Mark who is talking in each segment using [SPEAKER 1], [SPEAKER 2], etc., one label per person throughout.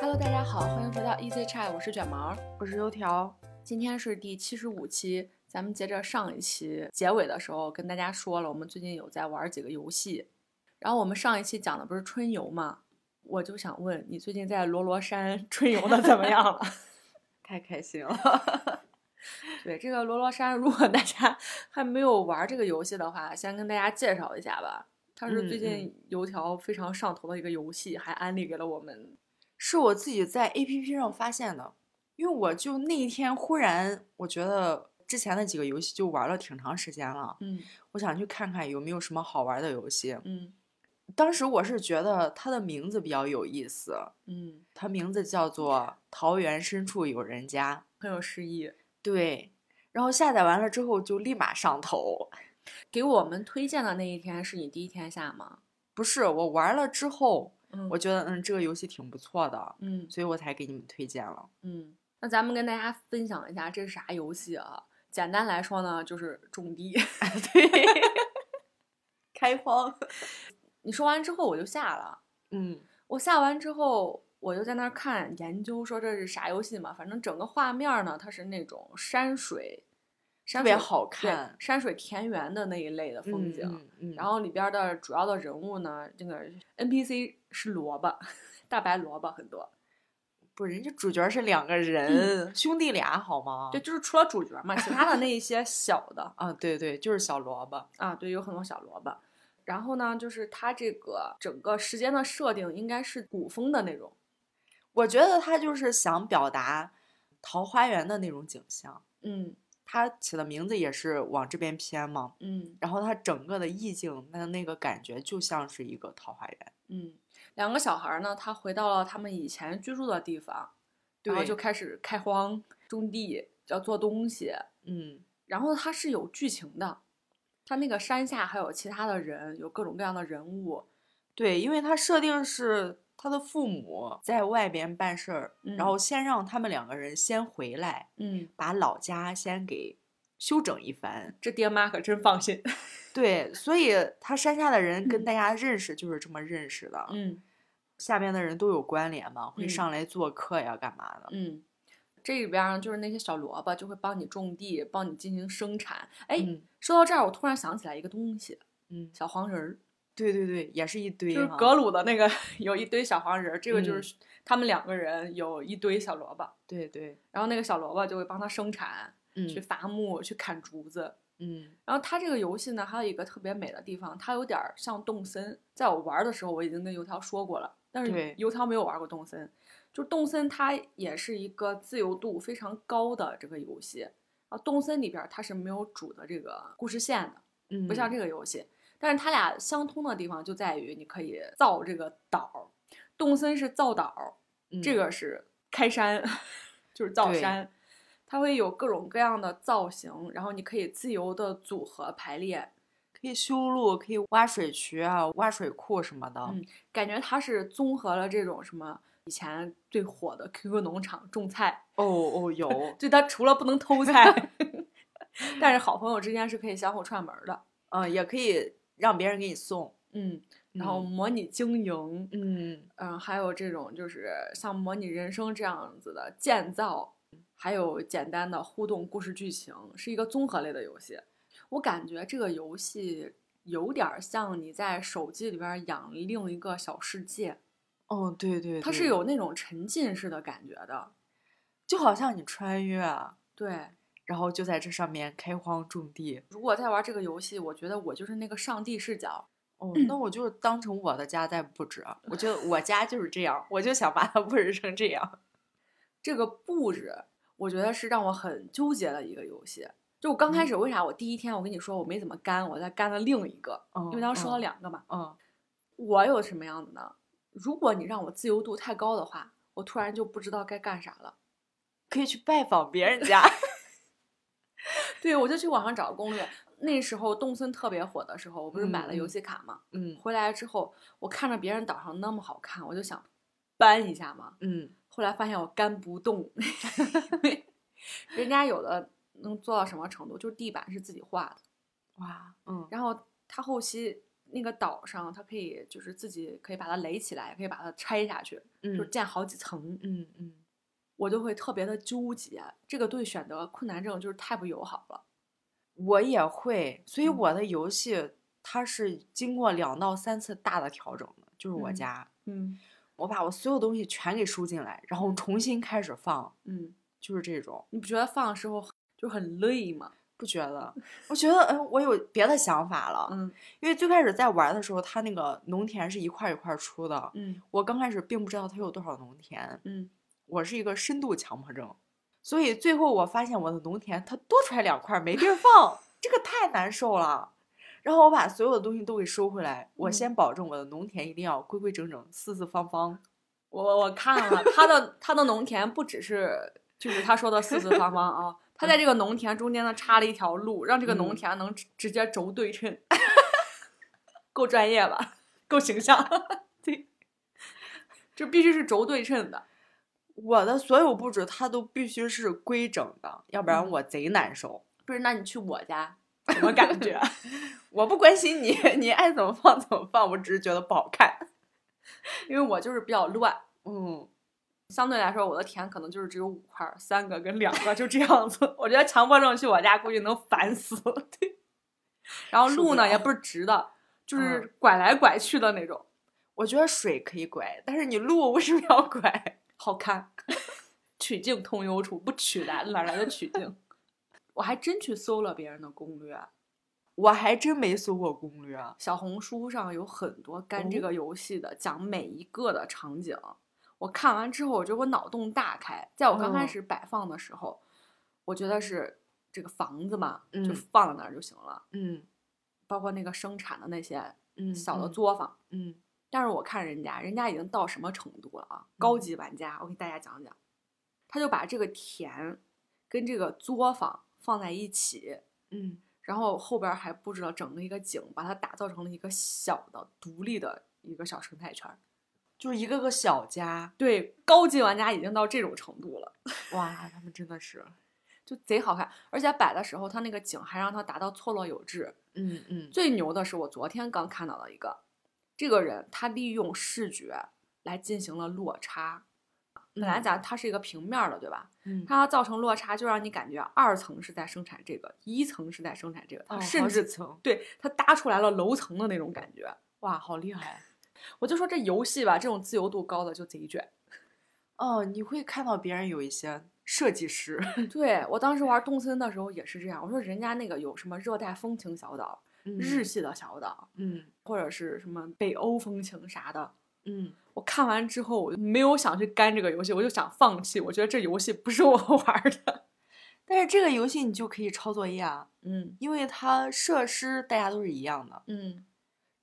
[SPEAKER 1] 大家好，欢迎回到 Easy Chat，我是卷毛。
[SPEAKER 2] 我是油条。
[SPEAKER 1] 今天是第七十五期，咱们接着上一期结尾的时候跟大家说了，我们最近有在玩几个游戏。然后我们上一期讲的不是春游嘛，我就想问你最近在罗罗山春游的怎么样了？
[SPEAKER 2] 太开心了，
[SPEAKER 1] 对这个罗罗山，如果大家还没有玩这个游戏的话，先跟大家介绍一下吧。它是最
[SPEAKER 2] 嗯
[SPEAKER 1] 近油条非常上头的一个游戏，还安利给了我们。
[SPEAKER 2] 是我自己在 A P P 上发现的，因为我就那一天忽然，我觉得之前的几个游戏就玩了挺长时间了，
[SPEAKER 1] 嗯
[SPEAKER 2] 我想去看看有没有什么好玩的游戏。
[SPEAKER 1] 嗯
[SPEAKER 2] 当时我是觉得它的名字比较有意思，
[SPEAKER 1] 嗯，
[SPEAKER 2] 它名字叫做《桃源深处有人家》。
[SPEAKER 1] 很有诗意。
[SPEAKER 2] 对，然后下载完了之后就立马上头。
[SPEAKER 1] 给我们推荐的那一天是你第一天下吗？
[SPEAKER 2] 不是我玩了之后，
[SPEAKER 1] 嗯
[SPEAKER 2] 我觉得嗯这个游戏挺不错的，
[SPEAKER 1] 嗯
[SPEAKER 2] 所以我才给你们推荐了。
[SPEAKER 1] 嗯，那咱们跟大家分享一下这是啥游戏啊？简单来说呢，就是种地。
[SPEAKER 2] 对，开荒。
[SPEAKER 1] 你说完之后我就下了，
[SPEAKER 2] 嗯
[SPEAKER 1] 我下完之后我就在那儿看研究，说这是啥游戏嘛？反正整个画面儿呢，它是那种山水，山
[SPEAKER 2] 特别
[SPEAKER 1] 水
[SPEAKER 2] 好
[SPEAKER 1] 对
[SPEAKER 2] 看
[SPEAKER 1] 山水田园的那一类的风景。，
[SPEAKER 2] 嗯
[SPEAKER 1] 然后里边儿的主要的人物呢，这个 NPC 是萝卜， 大白萝卜很多。
[SPEAKER 2] 不，人家主角是两个人，兄弟俩好吗？
[SPEAKER 1] 嗯对，就是除了主角嘛，其他的那一些小的
[SPEAKER 2] 啊，对对，就是小萝卜。
[SPEAKER 1] 啊，对，有很多小萝卜。然后呢，就是它这个整个时间的设定应该是古风的那种，
[SPEAKER 2] 我觉得他就是想表达桃花源的那种景象。
[SPEAKER 1] 嗯
[SPEAKER 2] 他起的名字也是往这边偏嘛，
[SPEAKER 1] 嗯
[SPEAKER 2] 然后他整个的意境，那那个感觉就像是一个桃花源。
[SPEAKER 1] 嗯。两个小孩儿呢，他回到了他们以前居住的地方，然后
[SPEAKER 2] 对
[SPEAKER 1] 就开始开荒、种地，要做东西。
[SPEAKER 2] 嗯，
[SPEAKER 1] 然后它是有剧情的，它那个山下还有其他的人，有各种各样的人物，
[SPEAKER 2] 对，因为他设定是他的父母在外边办事儿，
[SPEAKER 1] 嗯
[SPEAKER 2] 然后先让他们两个人先回来，
[SPEAKER 1] 嗯，
[SPEAKER 2] 把老家先给修整一番。
[SPEAKER 1] 这爹妈可真放心，
[SPEAKER 2] 对，所以他山下的人跟大家认识就是这么认识的，
[SPEAKER 1] 嗯
[SPEAKER 2] 下边的人都有关联嘛，会
[SPEAKER 1] 嗯
[SPEAKER 2] 上来做客呀，干嘛的？
[SPEAKER 1] 嗯，这里边儿呢就是那些小萝卜就会帮你种地，帮你进行生产。哎，
[SPEAKER 2] 嗯
[SPEAKER 1] 说到这儿，我突然想起来一个东西，
[SPEAKER 2] 嗯，
[SPEAKER 1] 小黄人儿，
[SPEAKER 2] 对对对，也是一堆
[SPEAKER 1] 就是
[SPEAKER 2] 哈
[SPEAKER 1] 格鲁的那个 有一堆小黄人儿，这个就
[SPEAKER 2] 嗯
[SPEAKER 1] 是他们两个人有一堆小萝卜，
[SPEAKER 2] 对对，
[SPEAKER 1] 然后那个小萝卜就会帮他生产，去
[SPEAKER 2] 嗯
[SPEAKER 1] 伐木，去砍竹子。
[SPEAKER 2] 嗯，
[SPEAKER 1] 然后它这个游戏呢，还有一个特别美的地方，它有点儿像动森。在我玩儿的时候，我已经跟油条说过了，但是
[SPEAKER 2] 对
[SPEAKER 1] 油条没有玩过动森。就动森，它也是一个自由度非常高的这个游戏。啊，动森里边儿它是没有主的这个故事线的，
[SPEAKER 2] 嗯
[SPEAKER 1] 不像
[SPEAKER 2] 这
[SPEAKER 1] 这个游戏。但是它俩相通的地方就在于你可以造这个岛儿，动森是造岛儿，
[SPEAKER 2] 嗯
[SPEAKER 1] 这个是开山， 就是造
[SPEAKER 2] 对
[SPEAKER 1] 山，它会有各种各样的造型，然后你可以自由的组合排列，
[SPEAKER 2] 可以修路，可以挖水渠啊，挖水库什么的。
[SPEAKER 1] 嗯感觉它是综合了这种什么以前最火的 QQ 农场种菜，，
[SPEAKER 2] 哦哦，有
[SPEAKER 1] 就它除了不能偷 菜，但是好朋友之间是可以相互串门儿的，
[SPEAKER 2] 嗯，也可以让别人给你送。
[SPEAKER 1] 嗯，然后模拟经营，
[SPEAKER 2] 嗯，
[SPEAKER 1] 嗯，还有这种就是像模拟人生这样子的建造，还有简单的互动故事剧情，是一个综合类的游戏。我感觉这个游戏有点儿像你在手机里边儿养另一个小世界，
[SPEAKER 2] 哦，对对，
[SPEAKER 1] 它是
[SPEAKER 2] 对，
[SPEAKER 1] 有那种沉浸式的感觉的。
[SPEAKER 2] 就好像你穿越，啊
[SPEAKER 1] 对，
[SPEAKER 2] 然后就在这上面开荒种地。
[SPEAKER 1] 如果在玩这个游戏，我觉得我就是那个上帝视角，
[SPEAKER 2] 哦，那
[SPEAKER 1] 嗯
[SPEAKER 2] 我就当成我的家在布置，啊 我觉得我家就是这样，我就想把它布置成这样。
[SPEAKER 1] 这个布置，我觉得是让我很纠结的一个游戏。就我
[SPEAKER 2] 嗯
[SPEAKER 1] 刚开始为啥我第一天我跟你说我没怎么干，我在干了另一个，因为当时说了
[SPEAKER 2] 嗯，
[SPEAKER 1] 两个嘛。
[SPEAKER 2] 嗯，
[SPEAKER 1] 我有什么样的呢？如果你让我自由度太高的话，我突然就不知道该干啥了。
[SPEAKER 2] 可以去拜访别人 家。
[SPEAKER 1] 对，我就去网上找攻略。那时候动森特别火的时候，我不是买了游
[SPEAKER 2] 嗯嗯
[SPEAKER 1] 戏卡嘛？
[SPEAKER 2] 嗯
[SPEAKER 1] 回来之后，我看着别人岛上那么好看，我就想搬一下嘛。
[SPEAKER 2] 嗯，
[SPEAKER 1] 后来发现我干不动， 人家有的能做到什么程度，就是地板是自己画的，
[SPEAKER 2] 哇，嗯
[SPEAKER 1] 然后他后期那个岛上，它可以就是自己可以把它垒起来，也可以把它拆下去，就是
[SPEAKER 2] 嗯
[SPEAKER 1] 建好几层。
[SPEAKER 2] 嗯嗯，
[SPEAKER 1] 我就会特别的纠结，这个对选择困难症就是太不友好了。
[SPEAKER 2] 我也会，所以
[SPEAKER 1] 嗯
[SPEAKER 2] 我的游戏它是经过两到三次大的调整的，就是我
[SPEAKER 1] 嗯
[SPEAKER 2] 家，
[SPEAKER 1] 嗯
[SPEAKER 2] 我把我所有东西全给输进来，然后重新开始放，
[SPEAKER 1] 嗯，
[SPEAKER 2] 就是这种。
[SPEAKER 1] 你不觉得放的时候就很累吗？
[SPEAKER 2] 不觉 得，我觉得，嗯，我有别的想法了。
[SPEAKER 1] 嗯
[SPEAKER 2] 因为最开始在玩的时候，它那个农田是一块儿一块儿出的，
[SPEAKER 1] 嗯
[SPEAKER 2] 我刚开始并不知道它有多少农田，
[SPEAKER 1] 嗯，
[SPEAKER 2] 我是一个深度强迫症，所以最后我发现我的农田它多出来两块儿没地儿放，这个太难受了。然后我把所有的东西都给收回来，我
[SPEAKER 1] 嗯
[SPEAKER 2] 先保证我的农田一定要规规整整、四四方方。
[SPEAKER 1] 我我看了他的他的农田不只是就是他说的四四方方啊，他在这个农田中间呢插了一条路，让这个农
[SPEAKER 2] 嗯
[SPEAKER 1] 田能直直接轴对称， 够专业吧？够形象，对，这必须是轴对称的。
[SPEAKER 2] 我的所有布置它都必须是规整的，要不然
[SPEAKER 1] 嗯
[SPEAKER 2] 我贼难受。
[SPEAKER 1] 不是，那你去我家什么感 觉？啊
[SPEAKER 2] 我不关心你， 你爱怎么放怎么放，我只是觉得不好看。
[SPEAKER 1] 因为我就是比较乱，
[SPEAKER 2] 嗯，
[SPEAKER 1] 相对来说我的田可能就是只有五块儿，三个跟两个就这样子。 我觉得强迫症去我家估计能烦死。对，然后
[SPEAKER 2] 受不
[SPEAKER 1] 路呢
[SPEAKER 2] 了嗯
[SPEAKER 1] 也不是直的，就是拐来拐去的那种，
[SPEAKER 2] 我觉得水可以拐，但是你路为什么要拐？
[SPEAKER 1] 好看。 曲径通幽处，不取难，哪来的曲径？ 我还真去搜了别人的攻略，
[SPEAKER 2] 我还真没搜过攻略啊。
[SPEAKER 1] 小红书上有很多干这
[SPEAKER 2] 哦
[SPEAKER 1] 个游戏的，讲每一个的场景。我看完之后，我觉得我脑洞大开。在我刚开
[SPEAKER 2] 嗯
[SPEAKER 1] 始摆放的时候，我觉得是这个房子嘛，就
[SPEAKER 2] 嗯
[SPEAKER 1] 放在那儿就行了，
[SPEAKER 2] 嗯
[SPEAKER 1] 包括那个生产的那些
[SPEAKER 2] 嗯
[SPEAKER 1] 小的
[SPEAKER 2] 嗯
[SPEAKER 1] 作坊。
[SPEAKER 2] 嗯
[SPEAKER 1] 但是我看人家，人家已经到什么程度了啊？高
[SPEAKER 2] 嗯
[SPEAKER 1] 级玩家，我给大家讲讲，他就把这个田跟这个作坊放在一起，
[SPEAKER 2] 嗯
[SPEAKER 1] 然后后边儿还布置了整个一个景，把它打造成了一个小的独立的一个小生态圈儿。
[SPEAKER 2] 就是一个个小家，
[SPEAKER 1] 对，高级玩家已经到这种程度了，
[SPEAKER 2] 哇，他们真的是，
[SPEAKER 1] 就贼好看。而且摆的时候，它那个景还让它达到错落有致。
[SPEAKER 2] 嗯嗯，
[SPEAKER 1] 最牛的是，我昨天刚看到了一个，这个人他利用视觉来进行了落差。本来
[SPEAKER 2] 嗯
[SPEAKER 1] 咱它是一个平面儿的，对吧？
[SPEAKER 2] 嗯
[SPEAKER 1] 它造成落差，就让你感觉二层是在生产这个，一层是在生产这个，它
[SPEAKER 2] 哦
[SPEAKER 1] 甚
[SPEAKER 2] 好
[SPEAKER 1] 至、
[SPEAKER 2] 几层，
[SPEAKER 1] 对它搭出来了楼层的那种感觉。
[SPEAKER 2] 哇，好厉害啊
[SPEAKER 1] 我就说这游戏吧，这种自由度高的就贼卷。
[SPEAKER 2] 哦！你会看到别人有一些设计师，
[SPEAKER 1] 对我当时玩动森的时候也是这样，我说人家那个有什么热带风情小岛、日
[SPEAKER 2] 日
[SPEAKER 1] 系的小岛，
[SPEAKER 2] 嗯
[SPEAKER 1] 或者是什么北欧风情啥的。
[SPEAKER 2] 嗯，
[SPEAKER 1] 我看完之后，我就没有想去干这个游戏，我就想放弃。我觉得这游戏不是我 玩的。
[SPEAKER 2] 但是这个游戏你就可以抄作业啊，
[SPEAKER 1] 嗯
[SPEAKER 2] 因为它设施大家都是一样的，
[SPEAKER 1] 嗯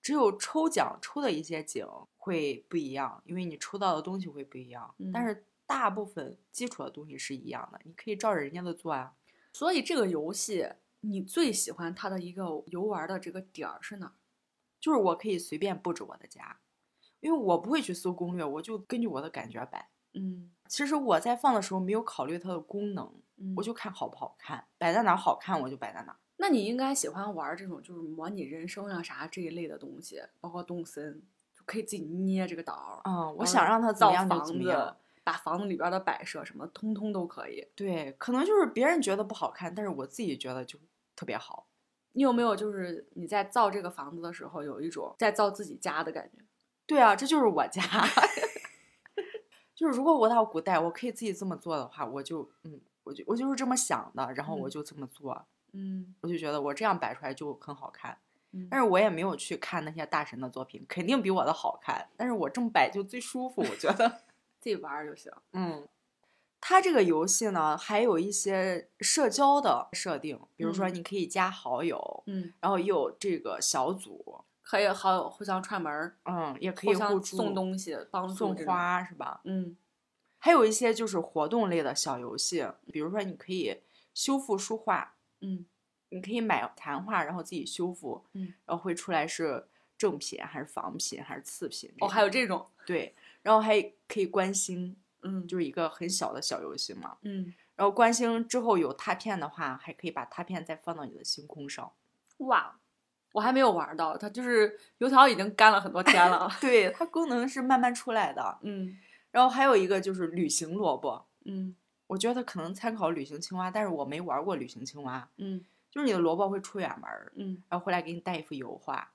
[SPEAKER 2] 只有抽奖抽的一些景会不一样，因为你抽到的东西会不一样，但
[SPEAKER 1] 嗯
[SPEAKER 2] 是大部分基础的东西是一样的，你可以照着人家的做啊。
[SPEAKER 1] 所以这个游戏你最喜欢它的一个游玩的这个点儿是哪儿？
[SPEAKER 2] 就是我可以随便布置我的家，因为我不会去搜攻略，我就根据我的感觉摆。
[SPEAKER 1] 嗯，
[SPEAKER 2] 其实我在放的时候没有考虑它的功能，我
[SPEAKER 1] 我就
[SPEAKER 2] 就看好不好看，摆在哪儿好看我就摆在哪儿。
[SPEAKER 1] 那你应该喜欢玩这种就是模拟人生啊啥这一类的东西，包括动森，就可以自己捏这个岛儿，
[SPEAKER 2] 嗯，我
[SPEAKER 1] 然后
[SPEAKER 2] 想让它怎
[SPEAKER 1] 啊造
[SPEAKER 2] 么样就
[SPEAKER 1] 房
[SPEAKER 2] 怎么
[SPEAKER 1] 子
[SPEAKER 2] 样。，
[SPEAKER 1] 把房子里边的摆设什么，通通都可以。
[SPEAKER 2] 对，可能就是别人觉得不好看，但是我自己觉得就特别好。
[SPEAKER 1] 你有没有就是你在造这个房子的时候，有一种在造自己家的感觉？
[SPEAKER 2] 对啊，这就是我家。 就是如果我到古代，我可以自己这么做的话，我就嗯，我就我就是这么想的，然后我
[SPEAKER 1] 嗯
[SPEAKER 2] 就这么做，
[SPEAKER 1] 嗯，
[SPEAKER 2] 我就觉得我这样摆出来就很好看。但
[SPEAKER 1] 但是
[SPEAKER 2] 是我也没有去看那些大神的作品，肯定比我的好看。但是我这么摆就最舒服，我觉 得。
[SPEAKER 1] 自己玩儿就行。
[SPEAKER 2] 嗯，它这个游戏呢，还有一些社交的设定，比如说
[SPEAKER 1] 嗯
[SPEAKER 2] 你可以加好友，
[SPEAKER 1] 嗯，
[SPEAKER 2] 然后也有这个小组，
[SPEAKER 1] 可以好友互相串门儿，
[SPEAKER 2] 嗯，也可
[SPEAKER 1] 互
[SPEAKER 2] 以互
[SPEAKER 1] 相
[SPEAKER 2] 助、
[SPEAKER 1] 送东西，帮助
[SPEAKER 2] 送
[SPEAKER 1] 这种。
[SPEAKER 2] 花是吧？
[SPEAKER 1] 嗯
[SPEAKER 2] 还有一些就是活动类的小游戏，比如说你可以修复书画，
[SPEAKER 1] 嗯
[SPEAKER 2] 你可以买残画，然后自己修复，
[SPEAKER 1] 嗯。
[SPEAKER 2] 然后会出来是正品还是仿品还是次品这种。
[SPEAKER 1] 哦，还有这种。
[SPEAKER 2] 对，然后还可以观星，
[SPEAKER 1] 嗯
[SPEAKER 2] 就是一个很小的小游戏嘛。
[SPEAKER 1] 嗯，
[SPEAKER 2] 然后观星之后有拓片的话，还可以把拓片再放到你的星空上。。
[SPEAKER 1] 哇，我还没有玩到，它就是油条已经干了很多天了
[SPEAKER 2] 对，它功能是慢慢出来的。
[SPEAKER 1] 嗯
[SPEAKER 2] 然后还有一个就是旅行萝卜，
[SPEAKER 1] 嗯
[SPEAKER 2] 我觉得可能参考旅行青蛙，但是我没玩过旅行青蛙。
[SPEAKER 1] 嗯
[SPEAKER 2] 就是你的萝卜会出远门儿，
[SPEAKER 1] 嗯
[SPEAKER 2] 然后回来给你带一幅油画。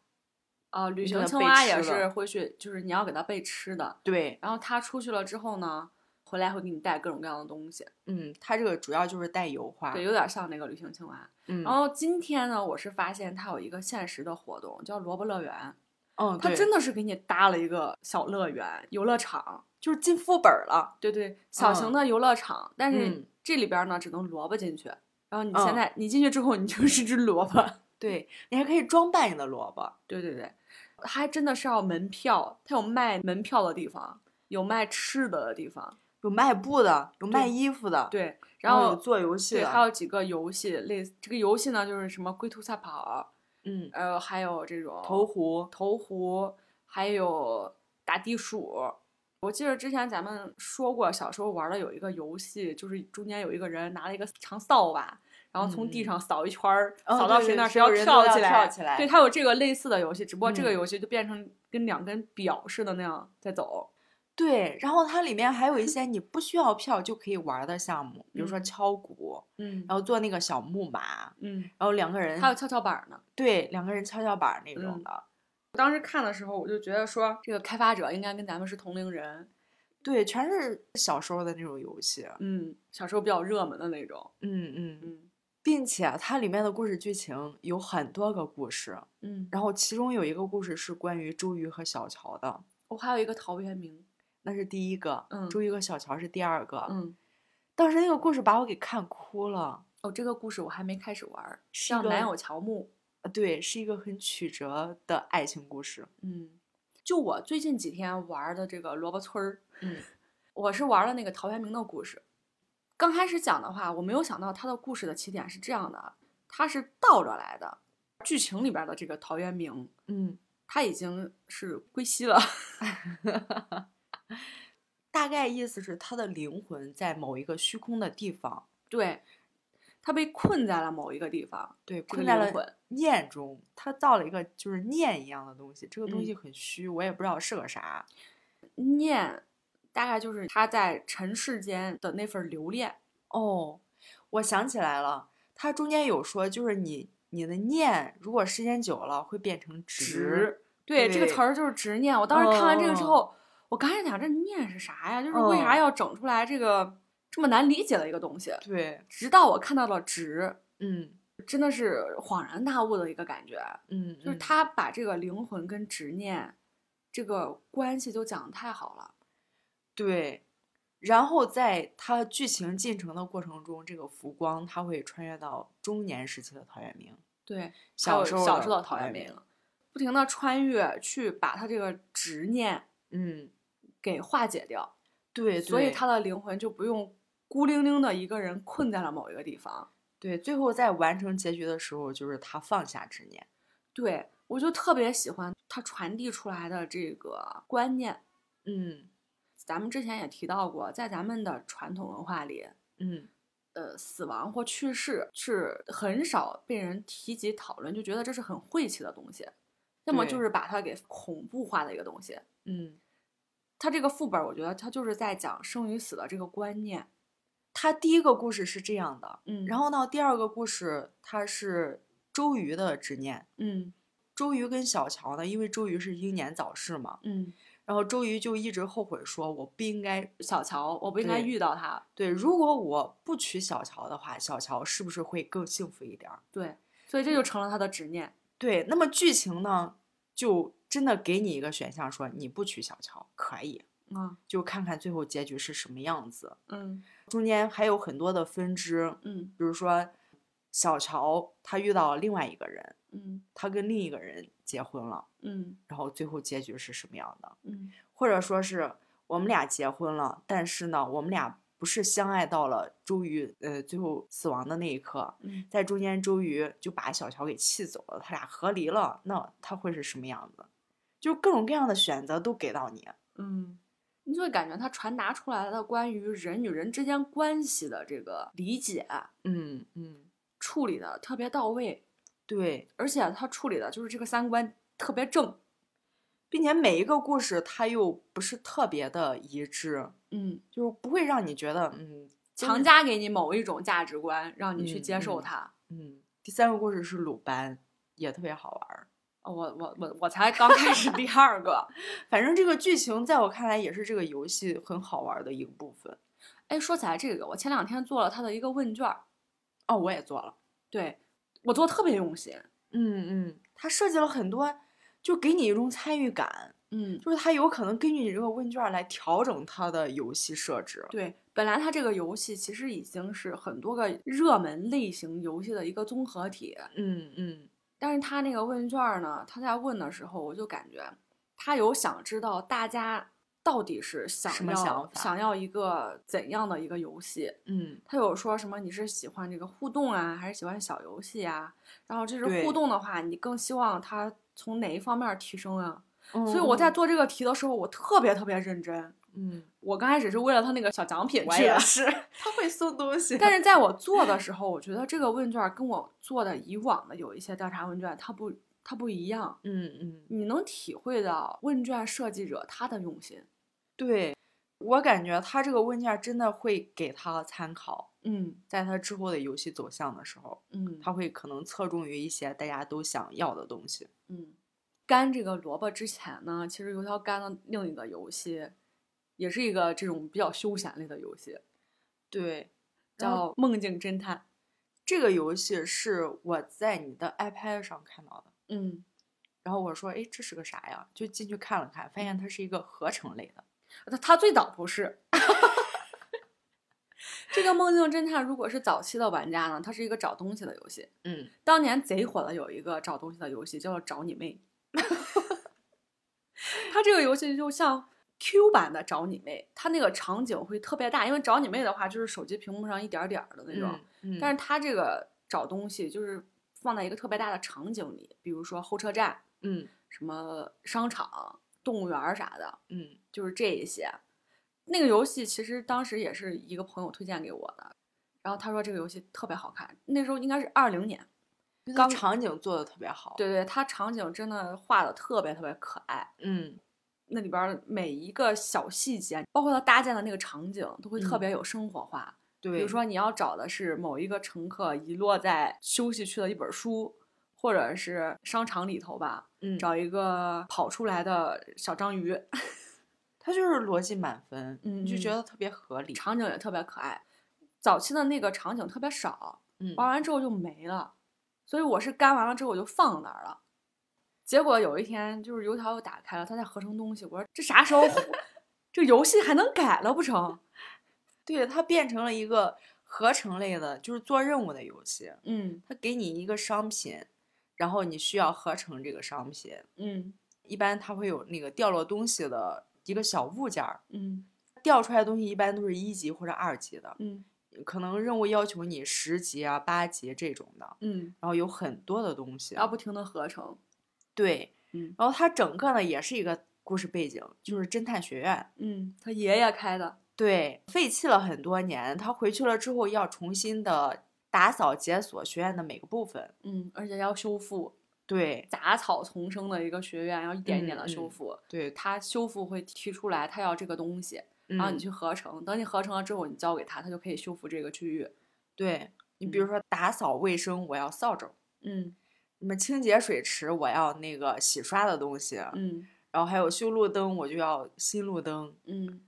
[SPEAKER 1] 啊，旅
[SPEAKER 2] 你
[SPEAKER 1] 行
[SPEAKER 2] 可能
[SPEAKER 1] 青
[SPEAKER 2] 被
[SPEAKER 1] 蛙
[SPEAKER 2] 吃
[SPEAKER 1] 也
[SPEAKER 2] 了
[SPEAKER 1] 是会去，就是你要给它备吃的，
[SPEAKER 2] 对，
[SPEAKER 1] 然后它出去了之后呢，回来会给你带各种各样的东西，
[SPEAKER 2] 嗯，它这个主要就是带油画。
[SPEAKER 1] 对，有哦点像那个旅行青蛙。
[SPEAKER 2] 嗯，
[SPEAKER 1] 然后今天呢，我是发现它有一个限时的活动，叫萝卜乐园，
[SPEAKER 2] 嗯，
[SPEAKER 1] 它
[SPEAKER 2] 对
[SPEAKER 1] 真的是给你搭了一个小乐园、游乐场，
[SPEAKER 2] 就是进副本儿了。
[SPEAKER 1] 对对，小型
[SPEAKER 2] 嗯
[SPEAKER 1] 的游乐场，但是
[SPEAKER 2] 嗯
[SPEAKER 1] 这里边呢只能萝卜进去。然后你
[SPEAKER 2] 嗯
[SPEAKER 1] 现在、你进去之后，你就是只萝卜。
[SPEAKER 2] 对你还可以装扮你的萝卜。
[SPEAKER 1] 对对对，还真的是要门票，它有卖门票的地方，有卖吃的的地方，
[SPEAKER 2] 有卖布的，有卖
[SPEAKER 1] 对
[SPEAKER 2] 衣服的，
[SPEAKER 1] 对，然
[SPEAKER 2] 然哦后有
[SPEAKER 1] 后。
[SPEAKER 2] 做游戏
[SPEAKER 1] 对，
[SPEAKER 2] 的，
[SPEAKER 1] 还有几个游戏，类似这个游戏呢，就是什么龟兔赛跑，
[SPEAKER 2] 嗯，
[SPEAKER 1] 呃，还有这种
[SPEAKER 2] 投壶，
[SPEAKER 1] 投壶，还有打地鼠。我记得之前咱们说过，小时候玩的有一个游戏，就是中间有一个人拿了一个长扫把，然后从地
[SPEAKER 2] 嗯
[SPEAKER 1] 上扫一圈儿，
[SPEAKER 2] 哦
[SPEAKER 1] 扫到
[SPEAKER 2] 对
[SPEAKER 1] 谁
[SPEAKER 2] 对
[SPEAKER 1] 那儿谁
[SPEAKER 2] 所有人都
[SPEAKER 1] 跳
[SPEAKER 2] 要
[SPEAKER 1] 起来。
[SPEAKER 2] 跳起来
[SPEAKER 1] 对，它有这个类似的游戏，只不过这个
[SPEAKER 2] 嗯
[SPEAKER 1] 游戏就变成跟两根表似的那样在走。
[SPEAKER 2] 对，然后它里面还有一些你不需要票就可以玩儿的项目，比如说
[SPEAKER 1] 嗯
[SPEAKER 2] 敲鼓，
[SPEAKER 1] 嗯
[SPEAKER 2] 然后做那个小木马，
[SPEAKER 1] 嗯，
[SPEAKER 2] 然后两个人
[SPEAKER 1] 还有跷跷板呢。
[SPEAKER 2] 对两个人跷跷板儿那种
[SPEAKER 1] 嗯
[SPEAKER 2] 的，
[SPEAKER 1] 我当时看的时候，我就觉得说，这个开发者应该跟咱们是同龄人，
[SPEAKER 2] 对，全是小时候的那种游戏，
[SPEAKER 1] 嗯，小时候比较热门的那种，
[SPEAKER 2] 嗯嗯，
[SPEAKER 1] 嗯
[SPEAKER 2] 并且它里面的故事剧情有很多个故事，
[SPEAKER 1] 嗯。
[SPEAKER 2] 然后其中有一个故事是关于周瑜和小乔的，
[SPEAKER 1] 我还有一个陶渊明，
[SPEAKER 2] 那是第一个，
[SPEAKER 1] 嗯
[SPEAKER 2] 周瑜和小乔是第二个，
[SPEAKER 1] 嗯，
[SPEAKER 2] 当时那个故事把我给看哭了。
[SPEAKER 1] 哦，这个故事我还没开始玩儿，
[SPEAKER 2] 是
[SPEAKER 1] 叫
[SPEAKER 2] 一个
[SPEAKER 1] 男友乔木。
[SPEAKER 2] 呃对，是一个很曲折的爱情故事。
[SPEAKER 1] 嗯，就我最近几天玩儿的这个萝卜村儿，
[SPEAKER 2] 嗯，
[SPEAKER 1] 我是玩了那个陶渊明的故事。刚开始讲的话，我没有想到他的故事的起点是这样的，他是倒着来的。剧情里边儿的这个陶渊明，
[SPEAKER 2] 嗯，
[SPEAKER 1] 他已经是归西了。
[SPEAKER 2] 大概意思是他的灵魂在某一个虚空的地方，
[SPEAKER 1] 对，他被困在了某一个地方，
[SPEAKER 2] 对，
[SPEAKER 1] 这
[SPEAKER 2] 困
[SPEAKER 1] 个
[SPEAKER 2] 在
[SPEAKER 1] 灵
[SPEAKER 2] 了
[SPEAKER 1] 魂。
[SPEAKER 2] 念中。他到了一个就是念一样的东西，这个东
[SPEAKER 1] 嗯
[SPEAKER 2] 西很虚，我也不知道是个啥。
[SPEAKER 1] 念大概就是他在尘世间的那份儿留恋。
[SPEAKER 2] 哦，我想起来了，他中间有说，就是你你的念如果时间久了会变成直。
[SPEAKER 1] 对，这个
[SPEAKER 2] 对
[SPEAKER 1] 词儿就是执念。我当时看完这个之
[SPEAKER 2] 嗯
[SPEAKER 1] 后，我刚开始想这念是啥呀？就是为啥
[SPEAKER 2] 嗯
[SPEAKER 1] 要整出来这个这么难理解的一个东西？
[SPEAKER 2] 对，
[SPEAKER 1] 直到我看到了“直
[SPEAKER 2] 嗯”，
[SPEAKER 1] 真的是恍然大悟的一个感觉，
[SPEAKER 2] 嗯，
[SPEAKER 1] 就是
[SPEAKER 2] 嗯
[SPEAKER 1] 他把这个灵魂跟执念这个关系就讲得太好了。
[SPEAKER 2] 对，然后在它剧情进程的过程中，这个浮光它会穿越到中年时期的陶渊明，
[SPEAKER 1] 对，还
[SPEAKER 2] 小
[SPEAKER 1] 有
[SPEAKER 2] 时候
[SPEAKER 1] 小
[SPEAKER 2] 的
[SPEAKER 1] 时候的
[SPEAKER 2] 陶
[SPEAKER 1] 陶
[SPEAKER 2] 渊
[SPEAKER 1] 渊明，不停的穿越去把他这个执念
[SPEAKER 2] 嗯，
[SPEAKER 1] 给化解掉，
[SPEAKER 2] 对，
[SPEAKER 1] 所以
[SPEAKER 2] 哎对
[SPEAKER 1] 他的灵魂就不用孤零零的一个人困在了某一个地方。
[SPEAKER 2] 对最后在完成结局的时候，就是他放下执念。
[SPEAKER 1] 对，我就特别喜欢它传递出来的这个观念。
[SPEAKER 2] 嗯
[SPEAKER 1] 咱们之前也提到过，在咱们的传统文化里，
[SPEAKER 2] 嗯，
[SPEAKER 1] 呃，死亡或去世是很少被人提及讨论，就觉得这是很晦气的东西，要么就
[SPEAKER 2] 对
[SPEAKER 1] 是把它给恐怖化的一个东西。
[SPEAKER 2] 嗯，
[SPEAKER 1] 它这个副本儿，我觉得它就是在讲生与死的这个观念。
[SPEAKER 2] 他第一个故事是这样的，
[SPEAKER 1] 嗯
[SPEAKER 2] 然后呢，第二个故事它是周瑜的执念。
[SPEAKER 1] 嗯
[SPEAKER 2] 周瑜跟小乔呢，因为周瑜是英年早逝嘛，
[SPEAKER 1] 嗯，
[SPEAKER 2] 然后周瑜就一直后悔说，我不应该
[SPEAKER 1] 小乔，我不应该
[SPEAKER 2] 对
[SPEAKER 1] 遇到他。
[SPEAKER 2] 对，如果我不娶小乔的话，小乔是不是会更幸福一点儿？
[SPEAKER 1] 对，所以这就成了他的执念。
[SPEAKER 2] 对，那么剧情呢，就真的给你一个选项，说你不娶小乔可以，
[SPEAKER 1] 啊，
[SPEAKER 2] 就看看最后结局是什么样子。
[SPEAKER 1] 嗯
[SPEAKER 2] 中间还有很多的分支，
[SPEAKER 1] 嗯
[SPEAKER 2] 比如说小乔她遇到了另外一个人，
[SPEAKER 1] 嗯
[SPEAKER 2] 她跟另一个人结婚了，
[SPEAKER 1] 嗯
[SPEAKER 2] 然后最后结局是什么样的？
[SPEAKER 1] 嗯
[SPEAKER 2] 或者说是我们俩结婚了，但是呢，我们俩不是相爱到了周瑜呃最后死亡的那一刻，
[SPEAKER 1] 嗯
[SPEAKER 2] 在中间周瑜就把小乔给气走了，他俩和离了，那他会是什么样子？就各种各样的选择都给到你。
[SPEAKER 1] 嗯，你就会感觉它传达出来的关于人与人之间关系的这个理解啊
[SPEAKER 2] 嗯嗯，
[SPEAKER 1] 处理的特别到位。
[SPEAKER 2] 对，
[SPEAKER 1] 而且他处理的就是这个三观特别正。
[SPEAKER 2] 并且每一个故事它又不是特别的一致，
[SPEAKER 1] 嗯，
[SPEAKER 2] 就是不会让你觉得嗯都
[SPEAKER 1] 强
[SPEAKER 2] 是
[SPEAKER 1] 加给你某一种价值观，让你去
[SPEAKER 2] 嗯
[SPEAKER 1] 接受
[SPEAKER 2] 嗯
[SPEAKER 1] 它。
[SPEAKER 2] 嗯。第三个故事是鲁班，也特别好玩儿。
[SPEAKER 1] 哦我我我我才刚开始 第二个。
[SPEAKER 2] 反正这个剧情在我看来也是这个游戏很好玩儿的一个部分。
[SPEAKER 1] 哎，说起来这个，我前两天做了他的一个问卷儿，
[SPEAKER 2] 哦，我也做了。
[SPEAKER 1] 对我做的特别用心。
[SPEAKER 2] 嗯嗯，它设计了很多，就给你一种参与感，
[SPEAKER 1] 嗯，
[SPEAKER 2] 就是它有可能根据你这个问卷儿来调整它的游戏设置。
[SPEAKER 1] 对，本来它这个游戏其实已经是很多个热门类型游戏的一个综合体，
[SPEAKER 2] 嗯嗯
[SPEAKER 1] 但是它那个问卷儿呢，他在问的时候，我就感觉他有想知道大家到底是想
[SPEAKER 2] 什么
[SPEAKER 1] 要
[SPEAKER 2] 想法
[SPEAKER 1] 想要一个怎样的一个游戏。
[SPEAKER 2] 嗯，
[SPEAKER 1] 他有说什么你是喜欢这个互动啊，还是喜欢小游戏啊？然后这是
[SPEAKER 2] 对
[SPEAKER 1] 互动的话，你更希望它从哪一方面儿提升啊？
[SPEAKER 2] 嗯所
[SPEAKER 1] 所以我
[SPEAKER 2] 哦
[SPEAKER 1] 在做这个题的时候，我特别特别认真。
[SPEAKER 2] 嗯，
[SPEAKER 1] 我刚开始是为了他那个小奖品
[SPEAKER 2] 我
[SPEAKER 1] 去
[SPEAKER 2] 也
[SPEAKER 1] 的，
[SPEAKER 2] 是，他会送东 西，
[SPEAKER 1] 但是在我做的时候，我觉得这个问卷儿跟我做的以往的有一些调查问卷，它不它不一样。
[SPEAKER 2] 嗯嗯，
[SPEAKER 1] 你能体会到问卷设计者他的用心。
[SPEAKER 2] 对，我感觉他这个问卷儿真的会给他参考，
[SPEAKER 1] 嗯
[SPEAKER 2] 在他之后的游戏走向的时候，
[SPEAKER 1] 嗯
[SPEAKER 2] 他会可能侧重于一些大家都想要的东西。
[SPEAKER 1] 嗯，干这个萝卜之前呢，其实油条干了另一个游戏，也是一个这种比较休闲类的游戏，
[SPEAKER 2] 对，然
[SPEAKER 1] 叫
[SPEAKER 2] 后
[SPEAKER 1] 《梦境侦探》。
[SPEAKER 2] 这个游戏是我在你的 iPad 上看到的，
[SPEAKER 1] 嗯，
[SPEAKER 2] 然后我说，哎，这是个啥呀？就进去看了看，发现它是一个合成类的。
[SPEAKER 1] 他他最早不是。 这个《梦境侦探》如果是早期的玩家呢，它是一个找东西的游戏。
[SPEAKER 2] 嗯，
[SPEAKER 1] 当年贼火的有一个找东西的游戏，叫做“找你妹”。它这个游戏就像 Q 版的“找你妹”，它那个场景会特别大，因为“找你妹”的话就是手机屏幕上一点儿点儿的那种，
[SPEAKER 2] 嗯，
[SPEAKER 1] 但
[SPEAKER 2] 是
[SPEAKER 1] 是它这个找东西就是放在一个特别大的场景里，比如说候车站、
[SPEAKER 2] 嗯
[SPEAKER 1] 什么商场、动物园儿啥的，
[SPEAKER 2] 嗯
[SPEAKER 1] 就是这一些。那个游戏其实当时也是一个朋友推荐给我的，然后他说这个游戏特别好看，那时候应该是二零年。
[SPEAKER 2] 嗯，
[SPEAKER 1] 刚
[SPEAKER 2] 刚场景做的特别好。，
[SPEAKER 1] 对对，它场景真的画的特别特别可爱，
[SPEAKER 2] 嗯
[SPEAKER 1] 那里边儿每一个小细节，包括它搭建的那个场景，都会特
[SPEAKER 2] 嗯
[SPEAKER 1] 别有生活化。
[SPEAKER 2] 对，
[SPEAKER 1] 比如说你要找的是某一个乘客遗落在休息区的一本书，或者是商场里头吧，
[SPEAKER 2] 嗯，
[SPEAKER 1] 找一个跑出来的小章鱼，
[SPEAKER 2] 它就是逻辑满分，你就觉
[SPEAKER 1] 嗯嗯
[SPEAKER 2] 得特别合理。
[SPEAKER 1] 场景也特别可爱。早期的那个场景特别少，
[SPEAKER 2] 嗯，
[SPEAKER 1] 玩完之后就没了，所以我是干完了之后我就放那儿了。结果有一天就是油条又打开了，它在合成东西，我说这啥时候火 这游戏还能改了不成？
[SPEAKER 2] 对，它变成了一个合成类的，就是做任务的游戏。
[SPEAKER 1] 嗯
[SPEAKER 2] 它给你一个商品，然后你需要合成这个商品。
[SPEAKER 1] 嗯
[SPEAKER 2] 一般它会有那个掉落东西的一个小物件儿，
[SPEAKER 1] 嗯
[SPEAKER 2] 掉出来的东西一般都是一级或者二级的，
[SPEAKER 1] 嗯
[SPEAKER 2] 可能任务要求你十级啊、八级这种的，
[SPEAKER 1] 嗯，
[SPEAKER 2] 然后有很多的东西。
[SPEAKER 1] 然后啊不停的合成。
[SPEAKER 2] 对，
[SPEAKER 1] 嗯
[SPEAKER 2] 然后它整个呢也是一个故事背景，就是侦探学院。
[SPEAKER 1] 嗯，他爷爷开的。
[SPEAKER 2] 对，废弃了很多年，他回去了之后要重新的打扫、解锁学院的每个部分。
[SPEAKER 1] 嗯，而且要修复
[SPEAKER 2] 对
[SPEAKER 1] 杂草丛生的一个学院，要一点一点的
[SPEAKER 2] 嗯
[SPEAKER 1] 修
[SPEAKER 2] 嗯
[SPEAKER 1] 复。
[SPEAKER 2] 对，
[SPEAKER 1] 他修复会提出来，他要这个东西，
[SPEAKER 2] 然
[SPEAKER 1] 然后你去合成。等你合成了之后，你交给他，他就可以修复这个区域。
[SPEAKER 2] 对你比如说打扫卫生，我要扫帚；
[SPEAKER 1] 嗯
[SPEAKER 2] 什么清洁水池，我要那个洗刷的东西。
[SPEAKER 1] 嗯
[SPEAKER 2] 然后还有修路灯，我就要新路灯；
[SPEAKER 1] 嗯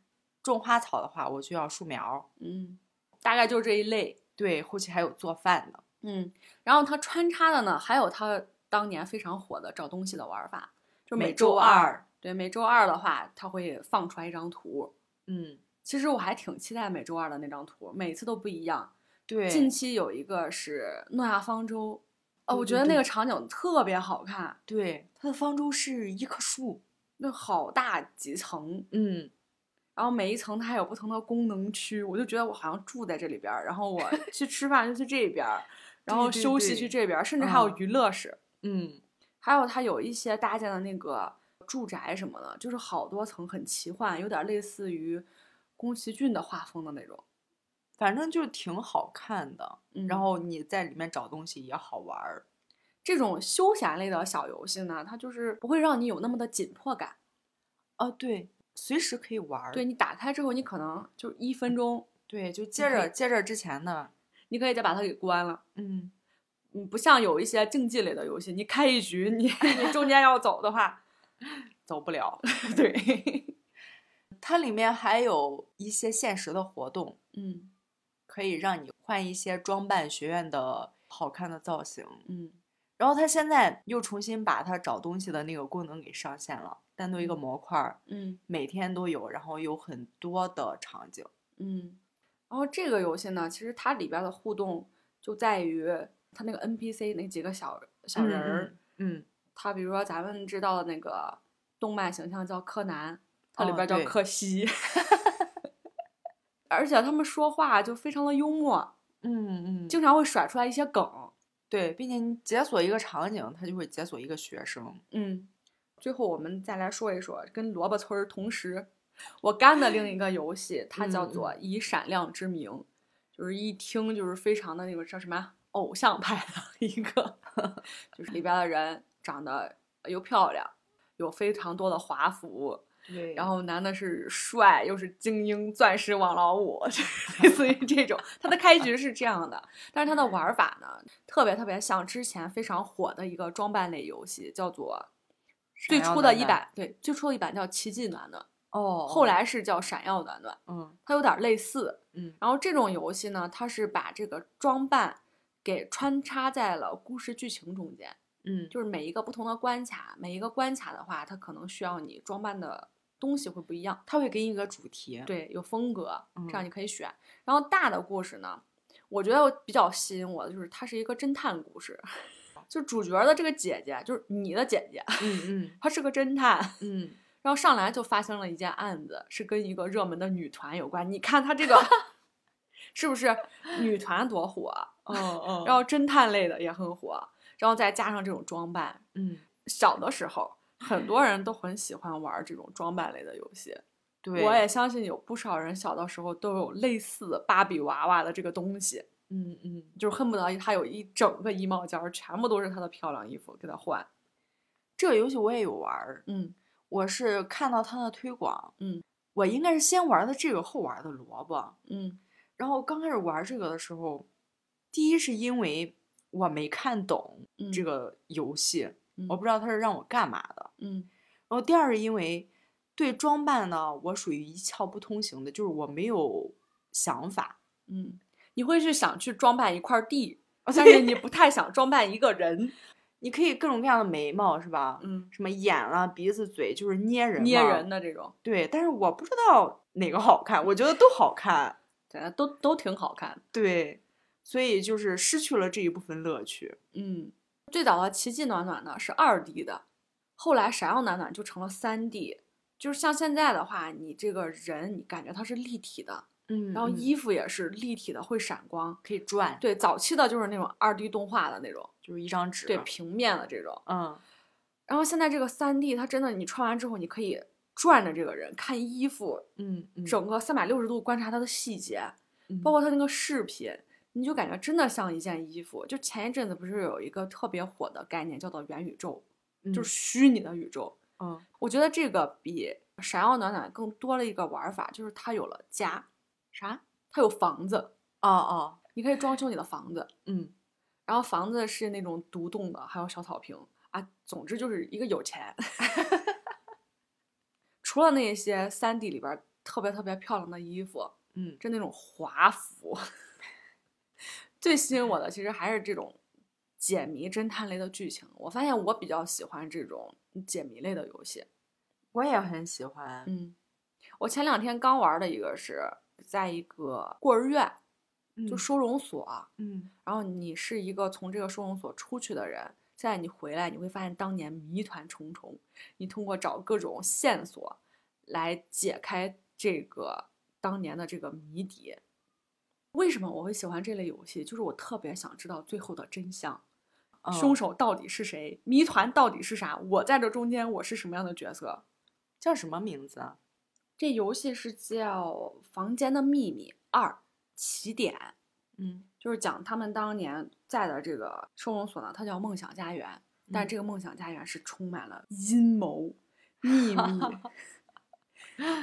[SPEAKER 2] 种花草的话，我就要树苗。
[SPEAKER 1] 嗯，大概就这一类。
[SPEAKER 2] 对，后期还有做饭的。
[SPEAKER 1] 嗯，然后他穿插的呢，还有他当年非常火的找东西的玩法，就
[SPEAKER 2] 每
[SPEAKER 1] 每周
[SPEAKER 2] 周
[SPEAKER 1] 二
[SPEAKER 2] 二。
[SPEAKER 1] 对，每周二的话，他会放出来一张图。
[SPEAKER 2] 嗯，
[SPEAKER 1] 其实我还挺期待每周二的那张图，每次都不一样。
[SPEAKER 2] 对，嗯
[SPEAKER 1] 近期有一个是诺亚方舟，哦，
[SPEAKER 2] 对
[SPEAKER 1] 我
[SPEAKER 2] 对
[SPEAKER 1] 觉得那
[SPEAKER 2] 对
[SPEAKER 1] 个场景特别好看，
[SPEAKER 2] 对，它的方舟是一棵树。
[SPEAKER 1] 那好大几层，
[SPEAKER 2] 嗯，
[SPEAKER 1] 然后每一层它还有不同的功能区，我就觉得我好像住在这里边儿，然后我 去吃饭就去这边儿，然后
[SPEAKER 2] 对对
[SPEAKER 1] 休息去
[SPEAKER 2] 对
[SPEAKER 1] 这边儿，甚至还有
[SPEAKER 2] 嗯
[SPEAKER 1] 娱乐室，
[SPEAKER 2] 嗯，
[SPEAKER 1] 还有它有一些搭建的那个住宅什么的，就是好多层，很奇幻，有点类似于宫崎骏的画风的那种。
[SPEAKER 2] 反正就挺好看的。
[SPEAKER 1] 嗯
[SPEAKER 2] 然后你在里面找东西也好玩儿。
[SPEAKER 1] 这种休闲类的小游戏呢，它就是不会让你有那么的紧迫感。
[SPEAKER 2] 啊，对，随时可以玩儿。
[SPEAKER 1] 对你打开之后，你可能就一分钟，
[SPEAKER 2] 对，就接着接着之前的，
[SPEAKER 1] 你可以再把它给关了。
[SPEAKER 2] 嗯，
[SPEAKER 1] 嗯，不像有一些竞技类的游戏，你开一局，你 你中间要走的话，
[SPEAKER 2] 走不了。
[SPEAKER 1] 对，
[SPEAKER 2] 它里面还有一些现实的活动，
[SPEAKER 1] 嗯
[SPEAKER 2] 可以让你换一些装扮学院的好看的造型。
[SPEAKER 1] 嗯，
[SPEAKER 2] 然后它现在又重新把它找东西的那个功能给上线了，单独一个模块儿，
[SPEAKER 1] 嗯
[SPEAKER 2] 每天都有，然后有很多的场景。
[SPEAKER 1] 嗯。然后这个游戏呢，其实它里边的互动就在于它那个 NPC 那几个小小人儿，
[SPEAKER 2] 嗯，
[SPEAKER 1] 他比如说咱们知道的那个动漫形象叫柯南，它里
[SPEAKER 2] 哦
[SPEAKER 1] 边叫
[SPEAKER 2] 对
[SPEAKER 1] 克西， 而且他们说话就非常的幽默，
[SPEAKER 2] 嗯嗯嗯，
[SPEAKER 1] 经常会甩出来一些梗。
[SPEAKER 2] 对，并且你解锁一个场景，它就会解锁一个学生。
[SPEAKER 1] 嗯，最后我们再来说一说跟萝卜村儿同时我干的另一个游戏，它叫
[SPEAKER 2] 嗯
[SPEAKER 1] 做《以闪亮之名》，就是一听就是非常的那个叫什么啊偶像派的一个， 就是里边的人长得又漂亮，有非常多的华服，
[SPEAKER 2] 对
[SPEAKER 1] 然后男的是帅，又是精英钻石王老五， 就是类似于这种。它的开局是这样的，但是它的玩儿法呢，特别特别像之前非常火的一个装扮类游戏，叫做最
[SPEAKER 2] 闪耀
[SPEAKER 1] 初的
[SPEAKER 2] 暖
[SPEAKER 1] 一
[SPEAKER 2] 暖
[SPEAKER 1] 版，对，最初的一版叫奇迹暖暖，
[SPEAKER 2] 哦，
[SPEAKER 1] 后来是叫闪耀暖暖，
[SPEAKER 2] 嗯
[SPEAKER 1] 它有点类似。
[SPEAKER 2] 嗯
[SPEAKER 1] 然后这种游戏呢，它是把这个装扮给穿插在了故事剧情中间。
[SPEAKER 2] 嗯，
[SPEAKER 1] 就是每一个不同的关卡，每一个关卡的话，它可能需要你装扮的东西会不一样。
[SPEAKER 2] 它会给你一个主题。，
[SPEAKER 1] 对，有风格，这样
[SPEAKER 2] 嗯
[SPEAKER 1] 你可以选。然后大的故事呢，我觉得我比较吸引我的就是它是一个侦探故事， 就主角的这个姐姐，就是你的姐姐，
[SPEAKER 2] 嗯嗯
[SPEAKER 1] 她是个侦探，
[SPEAKER 2] 嗯，
[SPEAKER 1] 然后上来就发生了一件案子，是跟一个热门的女团有关。你看她这个。是不是女团多火？
[SPEAKER 2] 哦哦，
[SPEAKER 1] 然后侦探类的也很火，然后再加上这种装扮，
[SPEAKER 2] 嗯，
[SPEAKER 1] 小的时候，很多人都很喜欢玩这种装扮类的游戏。
[SPEAKER 2] 对，
[SPEAKER 1] 我也相信有不少人小的时候都有类似芭比娃娃的这个东西，
[SPEAKER 2] 嗯嗯，
[SPEAKER 1] 就是恨不得他有一整个衣帽间儿，全部都是他的漂亮衣服给他换。
[SPEAKER 2] 这个游戏我也有玩儿，
[SPEAKER 1] 嗯
[SPEAKER 2] 我是看到它的推广，
[SPEAKER 1] 嗯，
[SPEAKER 2] 我应该是先玩儿的这个，后玩儿的萝卜。
[SPEAKER 1] 嗯
[SPEAKER 2] 然后刚开始玩儿这个的时候，第一是因为我没看懂
[SPEAKER 1] 嗯，
[SPEAKER 2] 这个游戏，
[SPEAKER 1] 嗯
[SPEAKER 2] 我不知道它是让我干嘛的。
[SPEAKER 1] 嗯
[SPEAKER 2] 然后第二是因为对装扮呢，我属于一窍不通型的，就是我没有想法。
[SPEAKER 1] 嗯，你会是想去装扮一块 地，
[SPEAKER 2] 对
[SPEAKER 1] 但是你不太想装扮一个人。
[SPEAKER 2] 你可以各种各样的眉毛是 吧？
[SPEAKER 1] 嗯，
[SPEAKER 2] 什么眼啊、鼻子、嘴，就是捏人
[SPEAKER 1] 捏
[SPEAKER 2] 嘛
[SPEAKER 1] 人的这种，
[SPEAKER 2] 对，但是我不知道哪个好看，我觉得都好看。
[SPEAKER 1] 对，都都挺好看的。
[SPEAKER 2] 对，所以就是失去了这一部分乐趣。
[SPEAKER 1] 嗯，最早的奇迹暖暖呢是二 D 的，后来闪耀暖暖就成了三 D。就是像现在的话，你这个人你感觉它是立体的，
[SPEAKER 2] 嗯
[SPEAKER 1] 然后衣服也是立体的，会闪光。
[SPEAKER 2] 可以转，
[SPEAKER 1] 对，早期的就是那种二 D 动画的那种，
[SPEAKER 2] 就是一张纸。
[SPEAKER 1] 对，平面的这种。
[SPEAKER 2] 嗯，
[SPEAKER 1] 然后现在这个三 D，它真的你穿完之后，你可以转着这个人看衣服，
[SPEAKER 2] 嗯嗯，
[SPEAKER 1] 整个三百六十度观察它的细节，
[SPEAKER 2] 嗯
[SPEAKER 1] 包括它那个饰品，你就感觉真的像一件衣服。就前一阵子不是有一个特别火的概念叫做元宇宙，
[SPEAKER 2] 嗯
[SPEAKER 1] 就是虚拟的宇宙。
[SPEAKER 2] 嗯
[SPEAKER 1] 我觉得这个比闪耀暖暖更多了一个玩法，就是它有了家，啥？它有房子，
[SPEAKER 2] 哦哦
[SPEAKER 1] 你可以装修你的房子，
[SPEAKER 2] 嗯
[SPEAKER 1] 然后房子是那种独栋的，还有小草坪啊，总之就是一个有钱。 除了那些三 D 里边儿特别特别漂亮的衣服，
[SPEAKER 2] 嗯
[SPEAKER 1] 就那种华服， 最吸引我的其实还是这种解谜侦探类的剧情。我发现我比较喜欢这种解谜类的游戏，
[SPEAKER 2] 我也很喜欢。
[SPEAKER 1] 嗯，我前两天刚玩的一个是在一个孤儿院，就
[SPEAKER 2] 嗯
[SPEAKER 1] 收容所，
[SPEAKER 2] 嗯
[SPEAKER 1] 然后你是一个从这个收容所出去的人，现在你回来，你会发现当年谜团重重，你通过找各种线索来解开这个当年的这个谜底。为什么我会喜欢这类游戏？就是我特别想知道最后的真相。凶
[SPEAKER 2] 嗯
[SPEAKER 1] 手到底是谁？谜团到底是啥？我在这中间我是什么样的角色？
[SPEAKER 2] 叫什么名字啊？
[SPEAKER 1] 这游戏是叫《房间的秘密二：起点》，
[SPEAKER 2] 嗯
[SPEAKER 1] 就是讲他们当年在的这个收容所呢，它叫梦想家园，
[SPEAKER 2] 嗯
[SPEAKER 1] 但这个梦想家园是充满了阴谋、 秘密，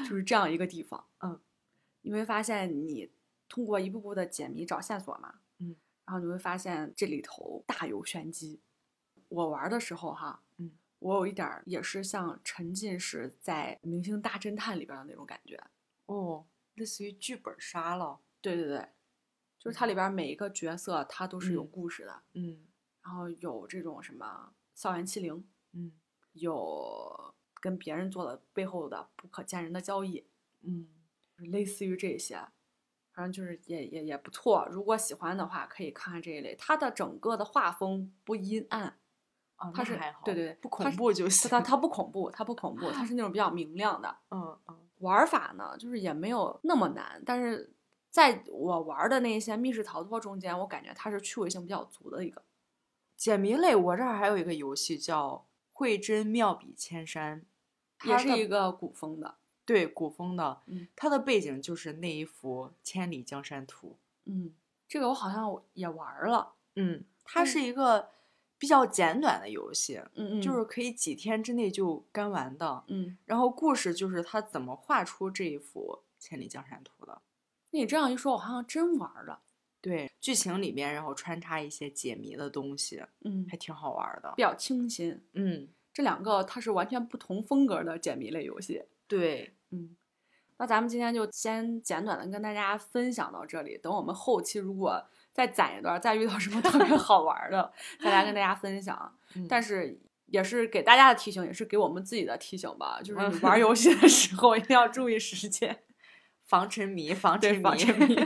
[SPEAKER 1] 就是这样一个地方。
[SPEAKER 2] 嗯，
[SPEAKER 1] 你会发现你通过一步步的解谜找线索嘛，
[SPEAKER 2] 嗯，
[SPEAKER 1] 然后你会发现这里头大有玄机。我玩儿的时候哈，
[SPEAKER 2] 嗯，
[SPEAKER 1] 我有一点儿也是像沉浸式在《明星大侦探》里边儿的那种感觉。
[SPEAKER 2] 哦，类似于剧本杀了。
[SPEAKER 1] 对对对，就是它里边儿每一个角色他都是有
[SPEAKER 2] 嗯
[SPEAKER 1] 故事的。
[SPEAKER 2] 嗯
[SPEAKER 1] 然后有这种什么校园欺凌，
[SPEAKER 2] 嗯
[SPEAKER 1] 有跟别人做的背后的不可见人的交易，
[SPEAKER 2] 嗯，
[SPEAKER 1] 类似于这些，反正就是也也也不错。如果喜欢的话，可以看看这一类。它的整个的画风不阴暗，
[SPEAKER 2] 啊，
[SPEAKER 1] 它
[SPEAKER 2] 那
[SPEAKER 1] 是
[SPEAKER 2] 还好，
[SPEAKER 1] 对对对
[SPEAKER 2] 不
[SPEAKER 1] 它
[SPEAKER 2] 恐
[SPEAKER 1] 是
[SPEAKER 2] 怖就行。
[SPEAKER 1] 它它不恐怖，它不恐怖，它是那种比较明亮的。
[SPEAKER 2] 嗯嗯
[SPEAKER 1] 玩儿法呢，就是也没有那么难，但是在我玩儿的那些密室逃脱中间，我感觉它是趣味性比较足的一个。
[SPEAKER 2] 解谜类，我这儿还有一个游戏叫《慧真妙笔千山》，
[SPEAKER 1] 也
[SPEAKER 2] 它
[SPEAKER 1] 是
[SPEAKER 2] 的
[SPEAKER 1] 一个古风的，
[SPEAKER 2] 对古风的，
[SPEAKER 1] 嗯
[SPEAKER 2] 它的背景就是那一幅《千里江山图》。
[SPEAKER 1] 嗯，这个我好像也玩儿了，
[SPEAKER 2] 嗯，它
[SPEAKER 1] 嗯
[SPEAKER 2] 是一个比较简短的游戏，
[SPEAKER 1] 嗯嗯，
[SPEAKER 2] 就是可以几天之内就干完的。
[SPEAKER 1] 嗯，
[SPEAKER 2] 然后故事就是他怎么画出这一幅《千里江山图》的。
[SPEAKER 1] 那你这样一说，我好像真玩儿了，
[SPEAKER 2] 对，剧情里面然后穿插一些解谜的东西，
[SPEAKER 1] 嗯
[SPEAKER 2] 还挺好玩儿的
[SPEAKER 1] 比。较清新。
[SPEAKER 2] 嗯，
[SPEAKER 1] 这两个它是完全不同风格的解谜类游戏，
[SPEAKER 2] 对，
[SPEAKER 1] 嗯。那咱们今天就先简短的跟大家分享到这里，等我们后期如果再攒一段，再遇到什么特 别好玩儿的，再来跟大家分享。但
[SPEAKER 2] 是
[SPEAKER 1] 是也是给大家的提醒，也是给我们自己的提醒吧，就是你
[SPEAKER 2] 嗯
[SPEAKER 1] 玩儿游戏的时候一定要注意时间。
[SPEAKER 2] 防沉迷，防
[SPEAKER 1] 对
[SPEAKER 2] 沉迷，
[SPEAKER 1] 防沉迷。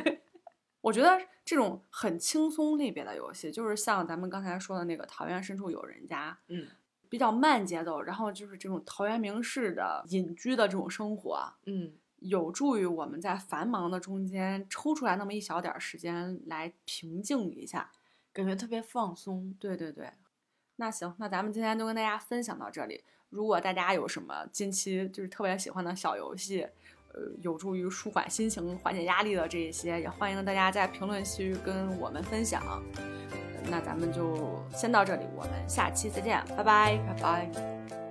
[SPEAKER 1] 我觉得这种很轻松类别的游戏，就是像咱们刚才说的那个《桃源深处有人家》，
[SPEAKER 2] 嗯
[SPEAKER 1] 比较慢节奏，然后就是这种陶渊明式的隐居的这种生活啊，
[SPEAKER 2] 嗯，
[SPEAKER 1] 有助于我们在繁忙的中间抽出来那么一小点儿时间来平静一下。
[SPEAKER 2] 感觉特别放松。
[SPEAKER 1] 对对对，那行，那咱们今天就跟大家分享到这里。如果大家有什么近期就是特别喜欢的小游戏，呃，有助于舒缓心情、缓解压力的这一些，也欢迎大家在评论区跟我们分享。呃那咱们就先到这里，我们下期再见，拜拜，拜拜。